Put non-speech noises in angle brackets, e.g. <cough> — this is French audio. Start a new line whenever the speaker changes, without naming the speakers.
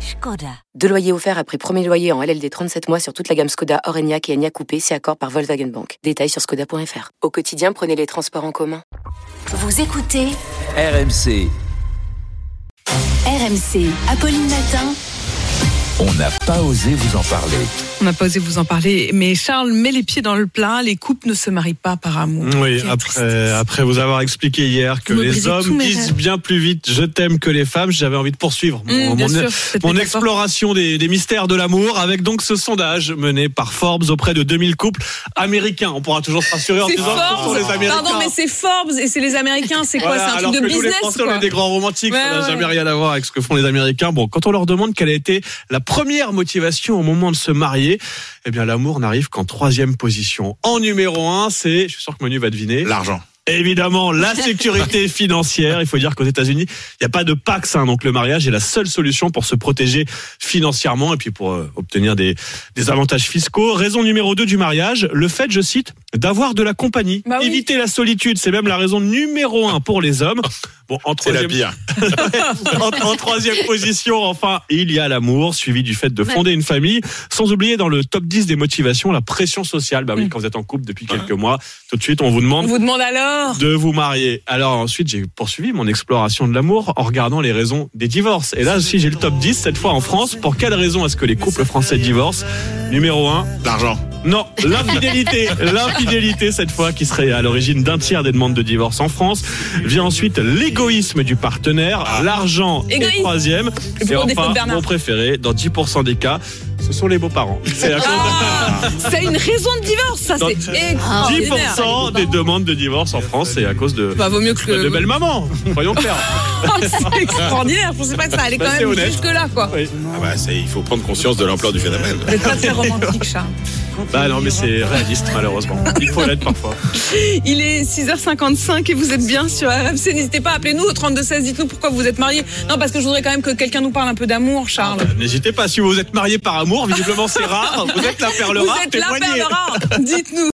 Skoda. Deux loyers offerts après premier loyer en LLD 37 mois sur toute la gamme Skoda, Orenia et Enya Coupé, c'est accord par Volkswagen Bank. Détails sur skoda.fr. Au quotidien, prenez les transports en commun.
Vous écoutez
RMC,
RMC, Apolline Matin.
on n'a pas osé vous en parler.
On n'a pas osé vous en parler, mais Charles met les pieds dans le plat. Les couples ne se marient pas par amour.
Oui,
Quelle
après,
tristesse.
après vous avoir expliqué hier que
Vous me
les
brisez euh, tous
hommes
mes
disent
rêves.
bien plus vite je t'aime que les femmes, j'avais envie de poursuivre
Mmh,
mon,
bien
mon-
sûr, cette
mon
métaphore.
exploration des, des mystères de l'amour avec donc ce sondage mené par Forbes auprès de 2000 couples américains. On pourra toujours se rassurer en
C'est
disant que ce sont
Forbes.
les Américains.
Pardon, mais c'est Forbes et c'est les Américains. C'est quoi
Voilà,
C'est un
alors
truc de
que nous, les
business
Français, on
quoi.
est des grands romantiques,
Ouais,
ça n'a
ouais.
jamais rien à voir avec ce que font les Américains. Bon, quand on leur demande quelle a été la première motivation au moment de se marier, eh bien, l'amour n'arrive qu'en troisième position. En numéro un, c'est, je suis sûr que Manu va deviner.
L'argent.
Évidemment,
<laughs>
la sécurité financière. Il faut dire qu'aux États-Unis, il n'y a pas de Pax. hein. donc le mariage est la seule solution pour se protéger financièrement et puis pour euh, obtenir des, des avantages fiscaux. Raison numéro 2 du mariage, le fait, je cite, d'avoir de la compagnie.
Bah oui.
Éviter la solitude, c'est même la raison numéro 1 pour les hommes. Bon, en
C'est la
troisième,
pire.
<laughs> en, en troisième position, enfin, il y a l'amour, suivi du fait de fonder une famille. Sans oublier dans le top 10 des motivations, la pression sociale. Bah oui,
Mm.
quand vous êtes en couple depuis quelques mois, tout de suite, on vous demande
On vous demande alors.
de vous marier. Alors ensuite, j'ai poursuivi mon exploration de l'amour en regardant les raisons des divorces. Et là aussi, j'ai le top 10, cette fois en France. Pour quelle raison est-ce que les couples français divorcent Numéro 1,
L'argent.
non,
<laughs>
l'infidélité, l'infidélité cette fois qui serait à l'origine d'un tiers des demandes de divorce en France. Vient ensuite l'égoïsme du partenaire, l'argent est
Égoïsme.
troisième.
Le
Et
gros défaut
enfin,
de Bernard.
mon préféré, dans 10% des cas, ce sont les beaux-parents. C'est à cause
Ah, c'est une raison de divorce, ça
Dans-
Ah, c'est extraordinaire.
10% des demandes de divorce en France, c'est à cause de,
Bah vaut mieux que
de belles mamans. Voyons clair.
<laughs> c'est extraordinaire. Je pensais pas que ça allait
Bah,
quand
c'est
même
honnête.
jusque là quoi.
Ah bah, c'est- il faut prendre conscience de l'ampleur du phénomène.
Vous êtes pas très romantique, Charles.
Bah non, mais c'est réaliste malheureusement. Il faut l'être parfois.
Il est 6h55 et vous êtes bien sur RMC. N'hésitez pas à appeler nous au 3216. Dites-nous pourquoi vous êtes mariés. Non, parce que je voudrais quand même que quelqu'un nous parle un peu d'amour,
Ah,
Charles.
Euh,
N'hésitez pas, si vous êtes marié par amour, visiblement c'est rare. Vous êtes la perle
Vous
rare,
êtes la
témoignez.
perle rare. Dites-nous.